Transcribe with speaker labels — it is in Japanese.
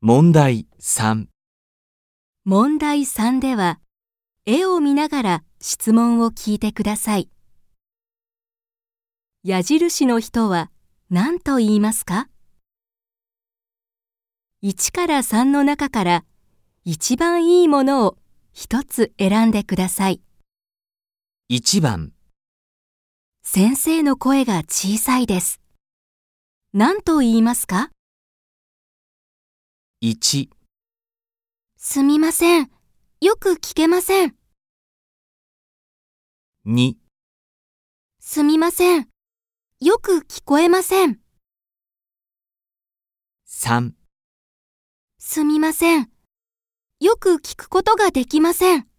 Speaker 1: 問題3、
Speaker 2: 問題3では、絵を見ながら質問を聞いてください。矢印の人は何と言いますか ?1 から3の中から一番いいものを一つ選んでください。
Speaker 1: 1番、
Speaker 2: 先生の声が小さいです。何と言いますか
Speaker 1: 1、
Speaker 2: すみません。よく聞けません。
Speaker 1: 2、
Speaker 2: すみません。よく聞こえません。
Speaker 1: 3。
Speaker 2: すみません。よく聞くことができません。